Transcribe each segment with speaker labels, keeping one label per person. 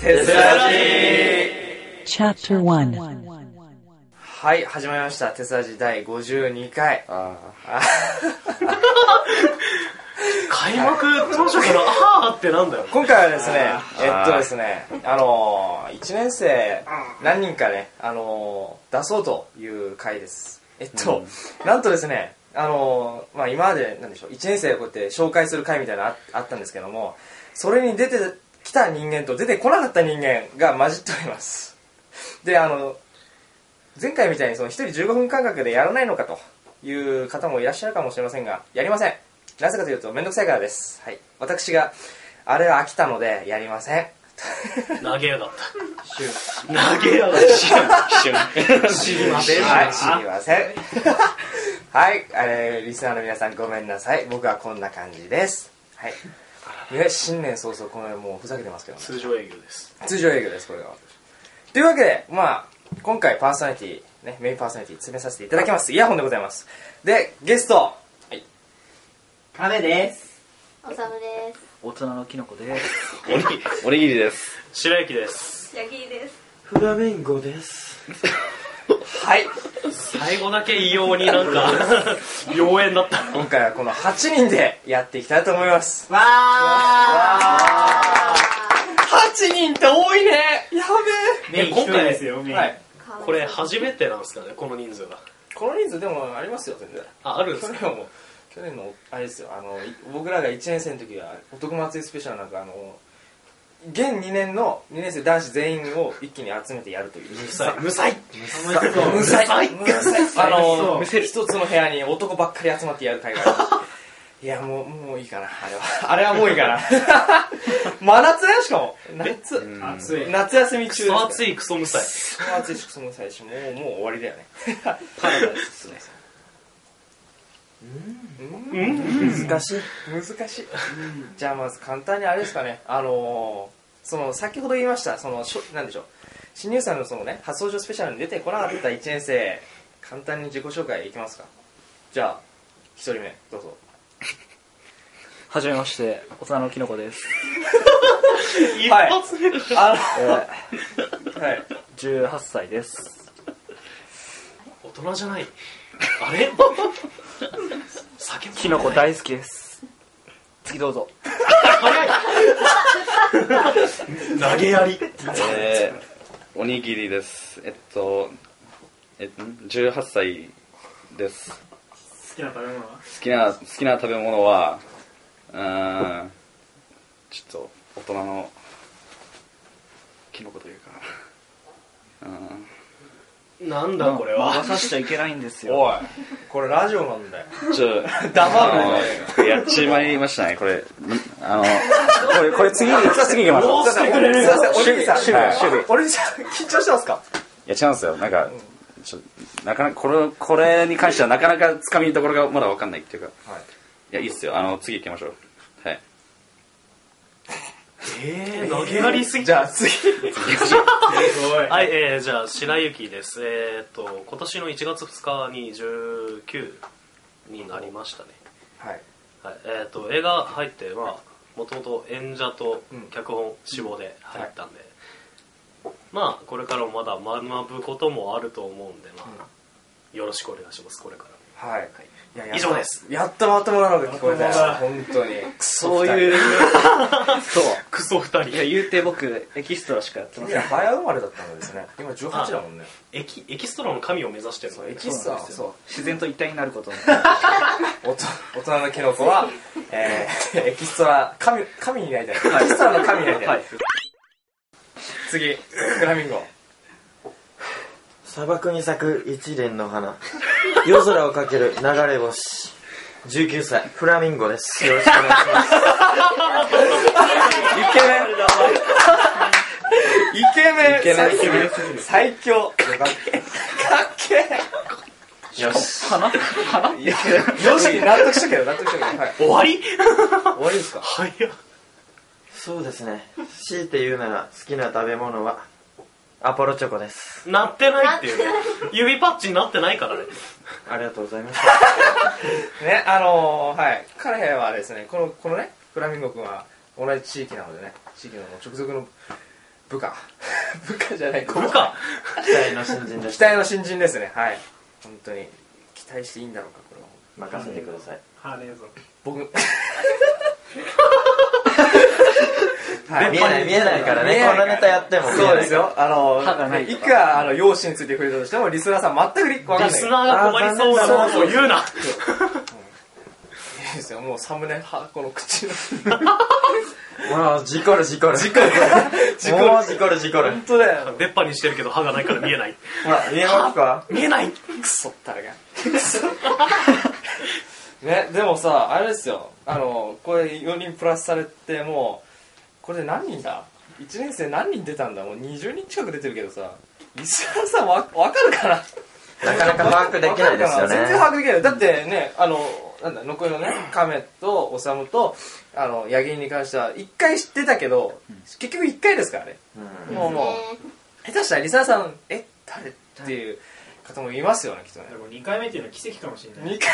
Speaker 1: テスラジー
Speaker 2: Chapter 1
Speaker 1: はい、始まりました。テスラジ第52回。
Speaker 3: あ
Speaker 4: 開幕当初から、あーってなんだよ。
Speaker 1: 今回はですね、え
Speaker 3: あー
Speaker 1: っとですね、あのー、1年生何人かね、あのー、出そうという回です。えっと、なんとですね、あのー、まあ今まで、なんでしょう、1年生をこうやって紹介する回みたいなのああったんですけども、それに出てきた人間と出てこなかった人間が混じっております。で、あの、前回みたいにその1人15分間隔でやらないのかという方もいらっしゃるかもしれませんが、やりません。なぜかというと、めんどくさいからです。はい。私が、あれは飽きたので、やりません。
Speaker 4: 投げやがった。投げやがった。
Speaker 3: あ、一瞬。
Speaker 4: 知りません。
Speaker 1: はい、知りま せん。はい、あれ、リスナーの皆さんごめんなさい。僕はこんな感じです。はい。ね、新年早々、このもうふざけてますけど、
Speaker 4: 通常営業です。
Speaker 1: 通常営業です、これは。というわけで、まあ、今回パーソナリティ、ね、メインパーソナリティ詰めさせていただきます。イヤホンでございます。で、ゲスト、
Speaker 5: おさむで
Speaker 3: おに、おにぎりです。
Speaker 4: 白雪です。
Speaker 5: す。ヤギーです。
Speaker 1: はい。
Speaker 4: 最後だけ異様になん か、妖艶だった。
Speaker 1: 今回はこの8人でやっていきたいと思います。わー !8 人って多いねやべ
Speaker 4: ね今回ですよ。
Speaker 1: え、はい、
Speaker 4: これ初めてなんですかね、この人数が。
Speaker 1: この人数でもありますよ、全然。
Speaker 4: あ、あるんで
Speaker 1: 去
Speaker 4: すか
Speaker 1: 年はもう、去年の、あれですよ、あの、い僕らが1年生の時は、男祭りスペシャルなんか、あの、現2年の2年生男子全員を一気に集めてやるという。
Speaker 4: 無才。無才。
Speaker 1: むさいむさいあの
Speaker 4: む
Speaker 1: 一つの部屋に男ばっかり集まってやる会があるいやもうもういいかなあれはあれはもういいかな 真夏だよしかも夏
Speaker 4: 暑い
Speaker 1: 夏休み中
Speaker 4: クソ
Speaker 1: い
Speaker 4: 暑い、クソ無才。
Speaker 1: 暑いしその最初もうもう終わりだよ ねうん難しい難しいじゃあまず簡単にあれですかねあのーその先ほど言いましたそのしょなんでしょう新入さんのそのね発想上スペシャルに出てこなかった1年生簡単に自己紹介いきますかじゃあ1人目どうぞ
Speaker 6: はじめまして、大人のキノコです。
Speaker 4: 一発目。
Speaker 1: あの
Speaker 6: え
Speaker 1: はい
Speaker 6: ー、18歳です。
Speaker 4: 大人じゃない。あ れ酒も
Speaker 6: キノコ大好きです。次どうぞ。
Speaker 4: 投げやり。
Speaker 3: えー、おにぎりです。えっと、え、ん ?18 歳です。好きな食べ物は好きな、好きな食べ物は、うーん、ちょっと、大人の、キノコというか、うん、
Speaker 4: なんだこれは。
Speaker 6: さしちゃいけないんですよ。
Speaker 1: おいこれラジオなんだよ
Speaker 3: ちょっと、
Speaker 1: 黙るね
Speaker 3: あのやっちまいましたね、これ。んあの、
Speaker 6: これ、これ次、次行きましょう。
Speaker 1: すいませんおにぎりさん
Speaker 6: 守備守備
Speaker 1: おにぎりさん緊張してますか
Speaker 3: いや違うんですよなんか、ちょなかなかこれこれに関してはなかなかつかみどころがまだわかんないっていうか
Speaker 1: はい
Speaker 3: いやいいっすよあの次行きましょうはい
Speaker 4: えー、投げやりすぎ
Speaker 1: じゃあ次
Speaker 4: はい、えー、じゃあ白雪です。えーっと今年の1月2日に19になりましたね。
Speaker 1: はい
Speaker 4: はい、えーっと映画入ってまあもともと演者と脚本志望で入ったんで、まあこれからもまだ学ぶこともあると思うんでまあ、よろしくお願いしますこれから。
Speaker 1: はいいややっと
Speaker 4: 以上です
Speaker 1: やっとまともなのが聞こえたよ本当に
Speaker 6: そういう、そう。
Speaker 4: クソ二
Speaker 6: いや、
Speaker 4: 人。
Speaker 6: 言うて僕、エキストラしかやってま
Speaker 1: い
Speaker 6: せん
Speaker 1: や。早生まれだったのですね今18だもんね
Speaker 4: エキエキストラの神を目指してるの
Speaker 1: そう
Speaker 4: で
Speaker 1: エ。キストラそう
Speaker 6: 自然と一体になることも。
Speaker 1: おと大人のキノコは、えー、エキストラ神神になりたいエキストラの神になりたい、
Speaker 6: はい。
Speaker 1: 次フラミンゴ
Speaker 7: 砂漠に咲く一蓮の花夜空をかける流れ星19歳フラミンゴですよろしくお願いします
Speaker 1: イケメン
Speaker 3: イケメン
Speaker 1: 最強最強かっけえよし花花よし納得したけど納得したけど、はい、
Speaker 4: 終わり？
Speaker 1: 終わりですか
Speaker 4: 早っ。
Speaker 7: そうですね強いて言うなら好きな食べ物はアポロチョコです
Speaker 4: なってないっていうね。指パッチになってないからね。
Speaker 7: ありがとうございました
Speaker 1: ねあのー、はい彼はですねこのこのねフラミンゴ君は同じ地域なのでね地域の直属の部下 部下じゃない部
Speaker 4: 部下
Speaker 7: 期待の新人で
Speaker 1: 期
Speaker 7: す
Speaker 1: 待の新人ですねはい本当に期待していいんだろうかこれは
Speaker 7: 任せてください
Speaker 4: はねえぞ
Speaker 1: 僕
Speaker 7: は
Speaker 1: はい
Speaker 7: 見えない見えないから
Speaker 1: 見え
Speaker 7: ね
Speaker 1: ない
Speaker 7: こんなネタやっても見えない
Speaker 1: そうですよあ
Speaker 6: 歯がな
Speaker 1: の
Speaker 6: い
Speaker 1: い
Speaker 6: とか
Speaker 1: くらあの容姿について触れたとしてもリスナーさん全く分かんない
Speaker 4: リスナーが困りそうなものを言うない
Speaker 1: いですよもうサムネはこの口の
Speaker 7: もう事故る事故る事故る
Speaker 1: 事故る
Speaker 7: もう事故る事故る
Speaker 1: 本当だよ
Speaker 4: 出っ歯にしてるけど歯がないから見えない
Speaker 7: ほら見えますか
Speaker 4: 見えない
Speaker 1: クソったれがねでもさあれですよあのこれ4人プラスされてもうこれで何人だ1年生何人出たんだもう20人近く出てるけどさリスナーさんわ分かるかな
Speaker 7: なかなか把握できないですよね
Speaker 1: 全然把握できないだってねあのなんだ残りのね亀と修とあの八木に関しては1回知ってたけど、結局1回ですからね、
Speaker 7: うん
Speaker 1: もうも
Speaker 5: ね
Speaker 1: う下手したらリサさんえ誰っていう方もいますよねきっとね
Speaker 8: 2回目っていうのは奇跡かもしれない
Speaker 1: 二回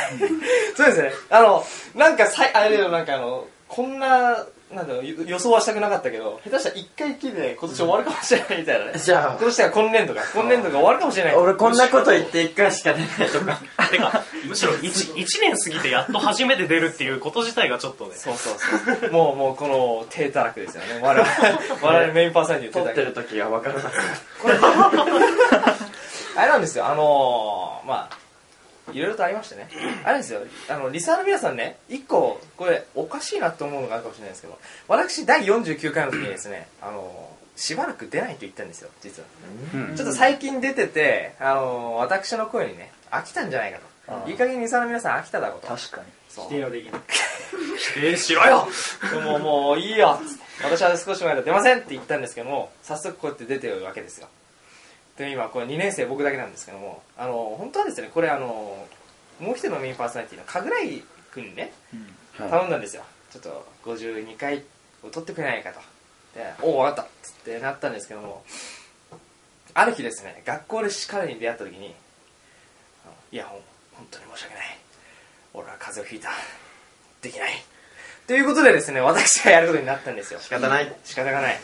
Speaker 1: そうですねあのなんかさいあれだよなんかあのこんななんだろう予予想はしたくなかったけど下手したら1回きりで今年終わるかもしれないみたいなね、
Speaker 7: じゃ
Speaker 1: 今年は今年度か今年度が終わるかもしれない
Speaker 7: 俺こんなこと言って1回しか出ないとか
Speaker 4: てかむしろ 1, 一年過ぎてやっと初めて出るっていうこと自体がちょっとね
Speaker 1: そうそうそう。もう、もう、この、低たらくですよね。我々、我々メインパーソナリティ
Speaker 7: 撮
Speaker 1: の
Speaker 7: っ
Speaker 1: 低
Speaker 7: て
Speaker 1: たら
Speaker 7: る時が分からなくなる
Speaker 1: く。あれなんですよ、あのー、まあ、いろいろとありまし てね。あれですよ、あの、リサーの皆さんね、一個、これ、おかしいなと思うのがあるかもしれないですけど、私、第49回の時にですね、あのー、しばらく出ないと言ったんですよ、実は。
Speaker 3: うん
Speaker 1: ちょっと最近出てて、あのー、私の声にね、飽きたんじゃないか
Speaker 6: あ
Speaker 1: と。
Speaker 6: ー
Speaker 1: いい加減リサーの皆さん飽きただろうと。
Speaker 6: 確かに
Speaker 1: そう
Speaker 8: 否定はできない
Speaker 4: 否定しろよ
Speaker 1: でももういいよっつって私は少し前で出ませんって言ったんですけども早速こうやって出てるわけですよで今これ2年生僕だけなんですけどもあの本当はですねこれあのもう一人のメインパーソナリティの神楽井君にね
Speaker 3: は
Speaker 1: 頼んだんですよちょっと52回を取ってくれないかとでおお分かったっつってなったんですけどもある日ですね学校で彼に出会った時にあの「いやほん本当に申し訳ない俺は風邪をひいたできない」ということでですね私がやることになったんですよ
Speaker 7: 仕方ない
Speaker 1: 仕方がない、はい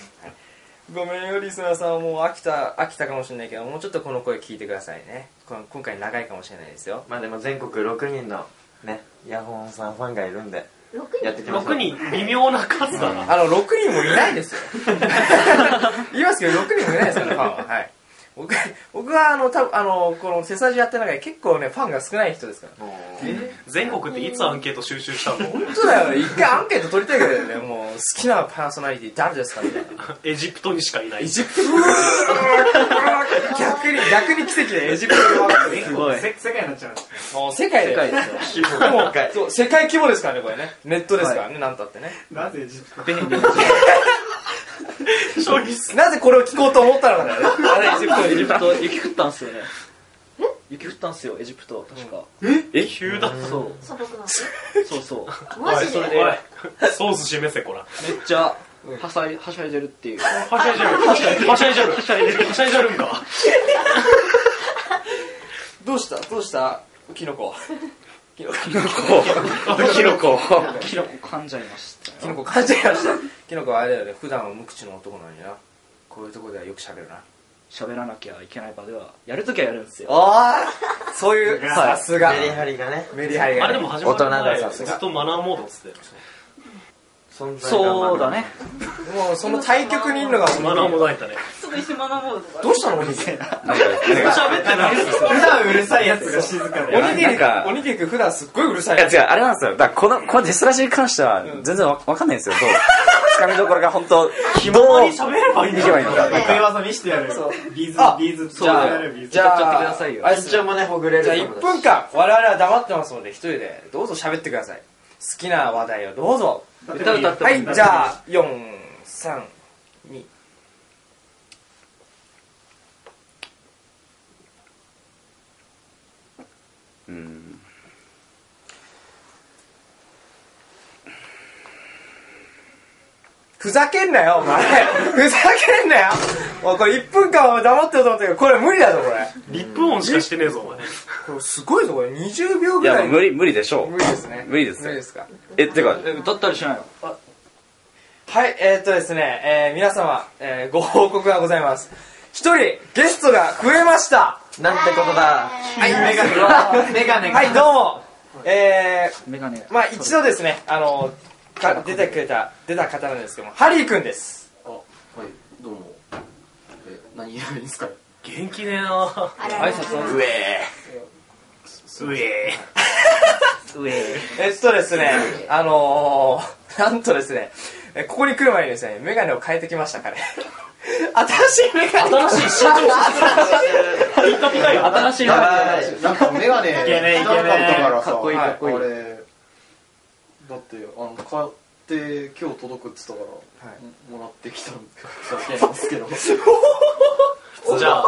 Speaker 1: ごめんよリスナーさんもう飽きた飽きたかもしれないけどもうちょっとこの声聞いてくださいねこの今回長いかもしれないですよ
Speaker 7: まあでも全国6人のねイヤホンさんファンがいるんで
Speaker 5: 六
Speaker 7: やってきましょう
Speaker 4: 6人微妙な数だな
Speaker 1: あの、6人もいない ですよ。言いますけど、6人もいないですから、ファンは。はい。僕僕は、あの、たあの、この、セサジやってる中で結構ね、ファンが少ない人ですから。
Speaker 7: もう
Speaker 4: 全国っていつアンケート収集したの
Speaker 1: 本当だよね、 一回アンケート取りたいけどね、もう、好きなパーソナリティ誰ですかみたいな。
Speaker 4: エジプトにしかいない
Speaker 1: エジプト逆に、逆に奇跡でエジプトが分かってる
Speaker 8: すごい世界になっちゃうんですね
Speaker 1: もう世界で。世界ですよ。でもそう世界規模ですからね、これね。ネットですからね、なんたってね。
Speaker 8: なぜエジプト
Speaker 4: 消費す
Speaker 1: なぜこれを聞こうと思ったのかだよね。あれ、エジプト
Speaker 6: エ
Speaker 1: に
Speaker 6: ジプト 雪降ったんすよね雪降ったんすよエジプト確か、
Speaker 4: え急だ
Speaker 6: そ
Speaker 5: 素朴な
Speaker 6: うそうそう
Speaker 5: マジ
Speaker 6: それ
Speaker 5: で
Speaker 6: でめっ
Speaker 4: ソース示せこら
Speaker 6: ちゃはしゃいはしゃいでるっていう
Speaker 4: はしゃいじゃるはしゃいじゃるはしゃいじゃるはしゃいじゃるんか
Speaker 1: どうしたどうしたキ ノコ。キノコ。
Speaker 3: キノコ
Speaker 6: キノコ噛んじゃいました
Speaker 1: キノコ感じました キノコはあれだよね普段は無口の男なのになこういうとこではよく喋るな
Speaker 6: 喋らなきゃいけない場ではやるときはやるんですよ
Speaker 1: ああそういう
Speaker 6: はい
Speaker 1: さすが
Speaker 7: メリハリがね
Speaker 1: メリハリ
Speaker 4: あ
Speaker 1: が
Speaker 4: れでも始まる
Speaker 7: 大人だ
Speaker 4: 前
Speaker 7: さすが
Speaker 4: ずっとマナーモードっつってたよ
Speaker 7: 存在感
Speaker 6: そうだね
Speaker 1: もうその対局にいるのが
Speaker 4: マナーモード入 ったね
Speaker 5: すぐ島のモード
Speaker 1: どうしたのおにぎり
Speaker 4: 喋ってない
Speaker 8: 普段うるさいやつが静かで
Speaker 1: おにぎ
Speaker 3: なん
Speaker 1: り
Speaker 3: か
Speaker 1: おにぎりくん普段すっごいうるさい
Speaker 3: いや違う、あれなんですよ。だからこの、このデスラジに関しては、全然わわかんないんですよ。どう、つかみどころが本当どう、
Speaker 4: 喋ればいいん
Speaker 3: い
Speaker 4: だ
Speaker 3: けばいいのか。
Speaker 8: 得意技見してやる
Speaker 1: そう
Speaker 8: ビーズ
Speaker 1: あ
Speaker 8: ビーズ
Speaker 1: じゃあ
Speaker 8: ビーズ
Speaker 1: じゃあ
Speaker 6: ちょっとくださいよ
Speaker 1: あ
Speaker 7: あ
Speaker 1: れ
Speaker 7: いつちゃんもねほぐれる
Speaker 1: じゃあ
Speaker 7: かも
Speaker 1: 1分間我々は黙ってますので一人でどうぞ喋ってください好きな話題をどうぞ
Speaker 6: 歌歌っても
Speaker 1: はい
Speaker 6: い
Speaker 1: いじゃあ432
Speaker 3: うん
Speaker 1: ふざけんなよお前ふざけんなよおいこれ1分間は黙ってると思ったけどこれ無理だぞこれ
Speaker 4: リップ音しかしてねえぞお前
Speaker 1: これすごいぞこれ20秒
Speaker 3: い
Speaker 1: ぐ
Speaker 3: や、
Speaker 1: ら
Speaker 3: も
Speaker 1: いう
Speaker 3: 無理、無理でしょう
Speaker 1: 無。理ですね
Speaker 3: 無理ですよ
Speaker 1: 無理ですか
Speaker 3: え、てか、
Speaker 6: 歌ったりしないの
Speaker 1: ははい、えー、っとですね、えー皆様、えーご報告がございます。一人、ゲストが増えました
Speaker 7: なんてことだ
Speaker 1: はい、
Speaker 8: メガネメガネが
Speaker 1: はい、どうもえー、
Speaker 6: メガネ。
Speaker 1: まあ一度ですね、あの、か出てくれた、出た方なんですけども、ハリーくんです。
Speaker 9: はい、どうも。え、何やるんですか
Speaker 4: 元気ねえな
Speaker 5: あららら
Speaker 7: うえ
Speaker 4: うえ
Speaker 6: 上。
Speaker 1: えっとですね、あのー、なんとですね、えここに来る前にですね、メガネを変えてきました、彼。 新しいメガネ
Speaker 4: 新しい新ピカピカよ
Speaker 6: 新しい
Speaker 9: や
Speaker 6: メガ
Speaker 9: ばいなんかメガネ、
Speaker 4: けねえいけねえ
Speaker 9: からさ、
Speaker 6: かっこいい
Speaker 1: はい
Speaker 6: かっこいい
Speaker 9: あ。れ、だって、あの、買って今日届くっつったから、もらってきただけなんですけど。
Speaker 4: じ ゃあ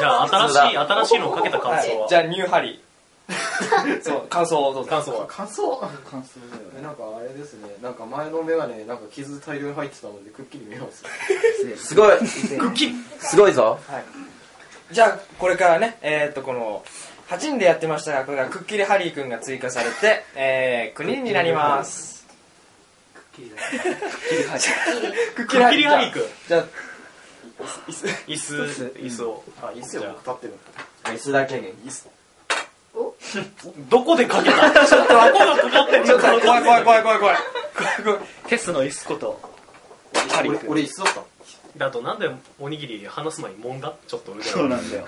Speaker 4: じゃあ新しい新しいのをかけた感想は
Speaker 1: じゃあ、ニューハリ ー。そう、感想をどうぞ。
Speaker 4: 感想は
Speaker 9: 感想
Speaker 6: 感想だよね。
Speaker 9: なんかあれですね、なんか前のメガネ、なんか傷大量に入ってたので、くっきり見えます。
Speaker 7: すごい
Speaker 4: くっきり
Speaker 7: すごいぞ
Speaker 1: じゃあ、これからね、えーっと、この、8人でやってましたが、これがくっきりハリーくんが追加されて、えー、9人になります。 くっ
Speaker 4: くっきりハリーくん
Speaker 1: じゃあ、
Speaker 4: 椅子椅子を
Speaker 9: あ、いいっすよ、僕立ってるの。
Speaker 7: 椅子だけに
Speaker 4: どこでかけ たちょっとどこがかかってる
Speaker 1: ちょ
Speaker 4: の
Speaker 1: っと怖
Speaker 4: か
Speaker 1: い怖い怖い怖い怖い怖い。
Speaker 6: テスの椅子こと。
Speaker 9: 俺、俺椅子だったの
Speaker 4: だとなんでおにぎり話す前に揉んだちょっと俺ら
Speaker 6: そうなんだよ。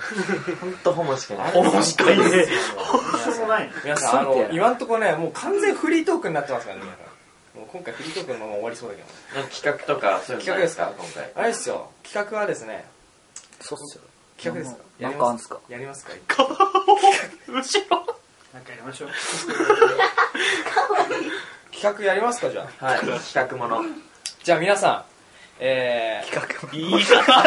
Speaker 7: ほんとホモしかない
Speaker 4: 面白いね
Speaker 8: そうもないの
Speaker 1: 皆さん、
Speaker 6: ク
Speaker 1: あ
Speaker 6: ソみ
Speaker 1: の
Speaker 6: た、いな
Speaker 1: 今んとこね、もう完全フリートークになってますからね、皆さん。もう今回フリートークのまま終わりそうだけど。
Speaker 7: 企画とかそう
Speaker 1: 企画ですかあれですよ、企画はですね、
Speaker 6: そうっすよ。
Speaker 1: 企画ですか
Speaker 6: なんかあんすか
Speaker 1: やりますか
Speaker 4: 後ろ
Speaker 8: なんかやりましょう
Speaker 1: 企画やりますかじゃあ。
Speaker 7: はい企画もの
Speaker 1: じゃあ皆さん、えー、
Speaker 6: 企画。
Speaker 4: 言い方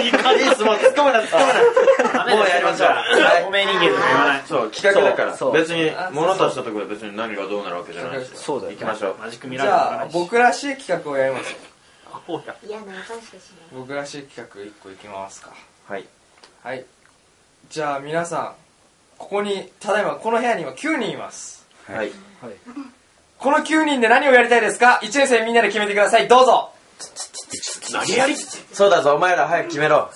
Speaker 4: 言い方
Speaker 7: いいっすもう突っ込むな突っ込むなもうやりましょうはい
Speaker 1: おめえ人間
Speaker 8: 言わない
Speaker 7: そう企画だから
Speaker 6: そうそう
Speaker 7: 別に物としたところで別に何がどうなるわけじゃないし
Speaker 6: そうだ
Speaker 7: 行
Speaker 6: よ
Speaker 7: き。ましょう
Speaker 8: マジックミ
Speaker 1: じ
Speaker 8: ラーも
Speaker 1: ゃあ
Speaker 8: い、し
Speaker 1: 僕らしい企画をやりますよ。
Speaker 4: アホや
Speaker 5: 嫌な予感しかしない
Speaker 1: 僕らしい企画1個いきますか。
Speaker 7: はい
Speaker 1: はい。じゃあ皆さん、ここに、ただいまこの部屋には9人います。
Speaker 7: はい
Speaker 1: この9人で何をやりたいですか ?1 年生みんなで決めてください。どうぞ
Speaker 4: 投げやり
Speaker 7: そうだぞお前ら早く決めろ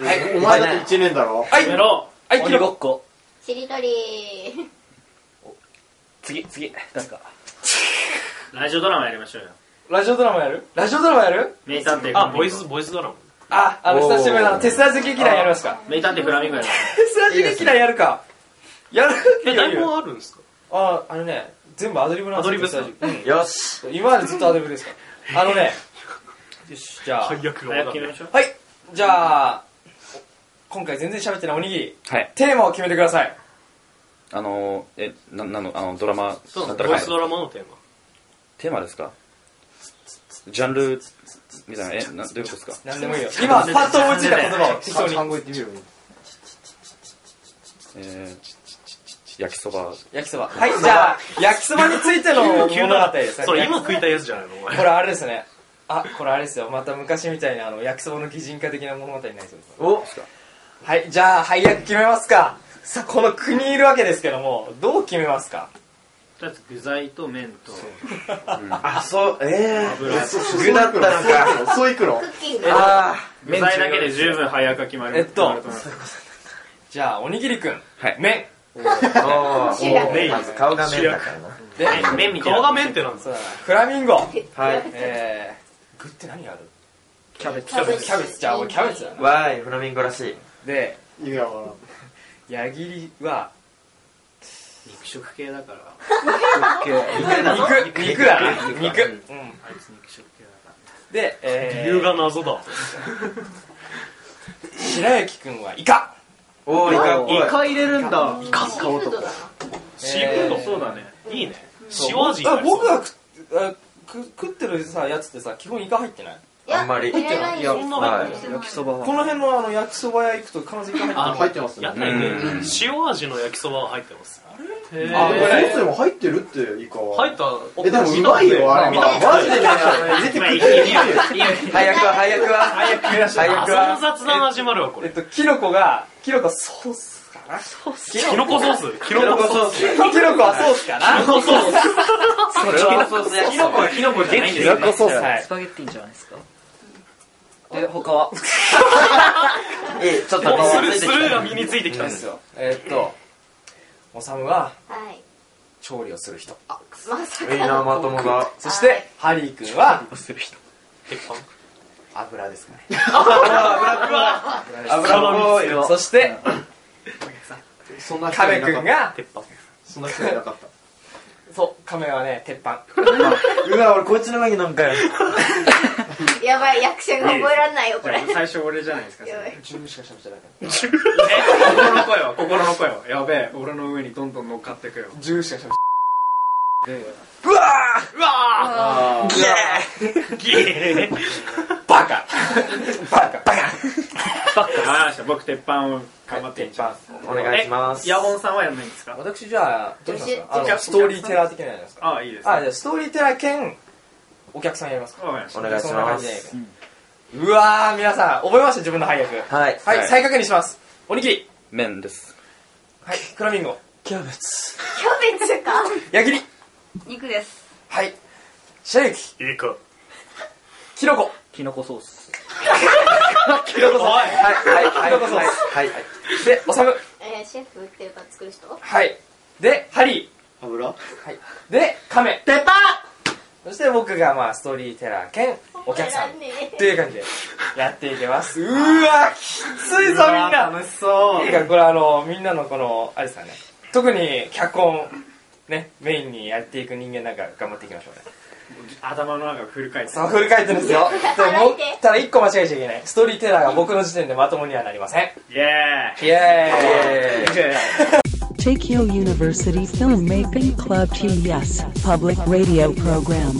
Speaker 1: はい
Speaker 9: お前だって1年だろ
Speaker 1: はい
Speaker 4: やろ
Speaker 1: はい、決
Speaker 6: 鬼
Speaker 1: め
Speaker 6: ご
Speaker 1: ろ
Speaker 6: っこ。
Speaker 5: しりとり
Speaker 6: 次、次。誰か。
Speaker 8: ラジオドラマやりましょうよ
Speaker 1: ラジオドラマやるラジオドラマやる
Speaker 8: 名探偵
Speaker 4: うあボイスボイスドラマ
Speaker 1: あ、あの、久しぶりのあのテスラ好き嫌いやりますか
Speaker 8: 名探偵フラミンゴやりまし
Speaker 1: テスラ好き嫌いやるか。やる
Speaker 4: え台本あるんですか
Speaker 1: あ、あのね、全部アドリブなんですよ
Speaker 4: アド
Speaker 1: テ
Speaker 4: リ
Speaker 1: スラ好き
Speaker 7: よし
Speaker 1: うん今までずっとアドリブですから。あのね、よし、じゃあ、
Speaker 4: 最悪
Speaker 8: ょう早く決めましょう
Speaker 1: はい、じゃあ、今回全然喋ってないおにぎり、
Speaker 3: はい。
Speaker 1: テーマを決めてください。
Speaker 3: あのー、え、な、なの、あの、ドラマ
Speaker 4: そう
Speaker 3: だ
Speaker 4: な
Speaker 3: っ
Speaker 4: んですボ
Speaker 3: たら、は
Speaker 4: イ
Speaker 3: い
Speaker 4: スドラマのテー
Speaker 3: テーマですかジャンル、みたいな、え、などういうことですか
Speaker 1: 何でもいいよ。今、 パッと思いついた言葉を適当に。
Speaker 9: 単語言ってみる
Speaker 3: えー、焼きそば。
Speaker 1: 焼きそば。はい、じゃあ、焼きそばについての物語
Speaker 4: 急
Speaker 1: で
Speaker 4: な
Speaker 1: す
Speaker 4: マ
Speaker 1: ね。
Speaker 4: それ今食いたいやつじゃないのお
Speaker 1: こ
Speaker 4: 前
Speaker 1: れあれですね。あ、これあれですよ。また昔みたいなあの焼きそばの擬人化的な物語になりそうです。
Speaker 7: お
Speaker 1: はい、じゃあ、配役決めますか。さあ、この国いるわけですけども、どう決めますか
Speaker 8: とりあえず具材と麺と
Speaker 7: あそうえ
Speaker 8: 油
Speaker 7: 具だったのか
Speaker 9: そういくの
Speaker 5: クッキン
Speaker 7: え
Speaker 5: グ
Speaker 7: あ
Speaker 8: 具材だけで十分早く決まる
Speaker 1: えっと
Speaker 8: 決まる思います
Speaker 1: じゃあ、おにぎりくん、
Speaker 3: はい
Speaker 1: 麺。
Speaker 7: あ
Speaker 5: 主役
Speaker 7: まず顔が面だからな
Speaker 1: で、
Speaker 8: 麺麺みたいな
Speaker 4: 顔がメンテなんです
Speaker 1: そうだな、フラミンゴ。
Speaker 7: はい
Speaker 1: えー、具って何がある
Speaker 8: キャベツ
Speaker 5: キャベ
Speaker 1: キャベツ、じゃあ俺キャベツだな。
Speaker 7: わーいフラミンゴらしい
Speaker 1: で、
Speaker 9: 意味わからん
Speaker 1: 矢切は、
Speaker 8: 肉食系だから
Speaker 1: 肉、肉だな。肉。う
Speaker 8: あ
Speaker 1: ん。
Speaker 8: いつ肉食系だか
Speaker 1: で、え
Speaker 4: 理由
Speaker 1: ー、
Speaker 4: が謎だ
Speaker 1: 白雪くんはイカ。
Speaker 7: おーイカっぽい
Speaker 8: らイカ入れるんだイカ
Speaker 5: シーフードだな
Speaker 4: シーフード
Speaker 1: え
Speaker 8: そうだね
Speaker 4: いいね塩味
Speaker 1: あ僕が食あく食ってるさ、やつってさ、基本イカ入ってない
Speaker 5: いや
Speaker 7: あんまり
Speaker 5: 入れないよ
Speaker 7: い
Speaker 5: 入
Speaker 7: や
Speaker 5: れない
Speaker 6: 焼きそば
Speaker 1: こ
Speaker 6: は。
Speaker 1: の辺のあの、焼きそば屋行くと必ずイカ入って
Speaker 4: あ
Speaker 1: な
Speaker 4: の
Speaker 1: い。
Speaker 9: 入ってますね
Speaker 4: 屋台で塩味の焼きそばが入ってます
Speaker 1: あこれ
Speaker 9: えー、でも入ってるってイカは
Speaker 4: 入った
Speaker 9: えでもうまいよあれ
Speaker 4: 見たこと
Speaker 9: マジでね
Speaker 8: まあいいよいいよいいよ
Speaker 7: 早くは早くは早くは
Speaker 4: あ、その雑談始まるわこ
Speaker 1: えっと、
Speaker 4: れ
Speaker 1: キノコが、キノコソースかなな
Speaker 4: キノコソースキノコソース
Speaker 1: キノコはソースかな
Speaker 8: そうそう
Speaker 6: それは
Speaker 8: そうそうキノコはキノコじゃないんですよね
Speaker 1: ソース
Speaker 6: スパゲッティじゃないですかで他は
Speaker 7: えちょっと
Speaker 4: もうスルースルーが身についてきた
Speaker 1: で
Speaker 4: んです
Speaker 1: す
Speaker 4: よ
Speaker 1: よえーっとおさむは
Speaker 5: はい。
Speaker 1: 調理をする人
Speaker 5: まさ
Speaker 7: みん
Speaker 5: か
Speaker 7: なまともだ
Speaker 1: そしてハリー君は
Speaker 4: 鉄板
Speaker 1: 油ですかね
Speaker 7: 油っぽいよ
Speaker 1: そして
Speaker 9: そんな
Speaker 1: カメ君が
Speaker 4: 鉄板
Speaker 9: そんな人いなかった
Speaker 1: そうカメはね鉄板
Speaker 7: うわ俺こいつの前に飲むかよ
Speaker 5: やばい、役者が覚えられないよ、これ。
Speaker 8: 最初俺じゃないですかそれ
Speaker 5: やばい。
Speaker 1: 10分しか喋ってなかっ
Speaker 8: 心の声は心の声はやべえ俺の上にどんどん乗っかってくよ
Speaker 1: た10しか喋ってなか
Speaker 8: ああ僕鉄板を頑張
Speaker 1: っ
Speaker 8: ったて
Speaker 1: 鉄板
Speaker 7: お願いします
Speaker 8: ヤボンさんはやんないんですか
Speaker 1: 私じゃあどうしますかあ
Speaker 5: お客
Speaker 1: のストーリーテラー的なやつですか
Speaker 8: ああいいです
Speaker 1: あじゃあストーリーテラー兼お客さんやりますか
Speaker 8: わかりまし
Speaker 7: お
Speaker 8: た
Speaker 7: 願いし
Speaker 1: そんな
Speaker 7: ま
Speaker 1: 感じですうわー皆さん覚えました自分の配役
Speaker 7: はい
Speaker 1: はい、
Speaker 3: はい
Speaker 1: 再確認しますおにぎり
Speaker 3: 麺です
Speaker 1: はいフラミンゴ
Speaker 7: キャベツ
Speaker 5: キャベツか
Speaker 1: 矢切
Speaker 5: 肉です。
Speaker 1: はいシェイキ
Speaker 4: いいか
Speaker 1: キノコ
Speaker 6: キノコソース
Speaker 1: キノコソースはいはいはいキノコソース
Speaker 7: はい
Speaker 1: でおさむ
Speaker 5: えー、シェフっていうか作る人
Speaker 1: はいでハリー
Speaker 9: 油
Speaker 1: はいでカメペパそして僕がまあストーリーテラー兼お客さん
Speaker 5: 覚えらんね
Speaker 1: と
Speaker 5: え
Speaker 1: いう感じでやっていきますうわきついぞみんな
Speaker 8: 楽しそう
Speaker 1: いいかこれあのみんなのこのあれですかね特に脚本ねメインにやっていく人間なんか頑張っていきましょうね
Speaker 8: 頭の中がフル回転
Speaker 1: さあフル回転ですよでも
Speaker 5: 働いて
Speaker 1: ただ一個間違えちゃいけないストーリーテラーが僕の時点でまともにはなりません
Speaker 8: イエ
Speaker 1: イエーイ
Speaker 8: ーイ
Speaker 2: Tokyo University Filmmaking Club TES Public Radio Program.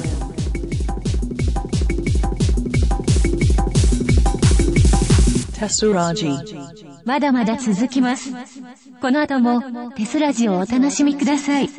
Speaker 2: Tessuraji.
Speaker 10: まだまだ続きます。この後もテスラジをお楽しみください。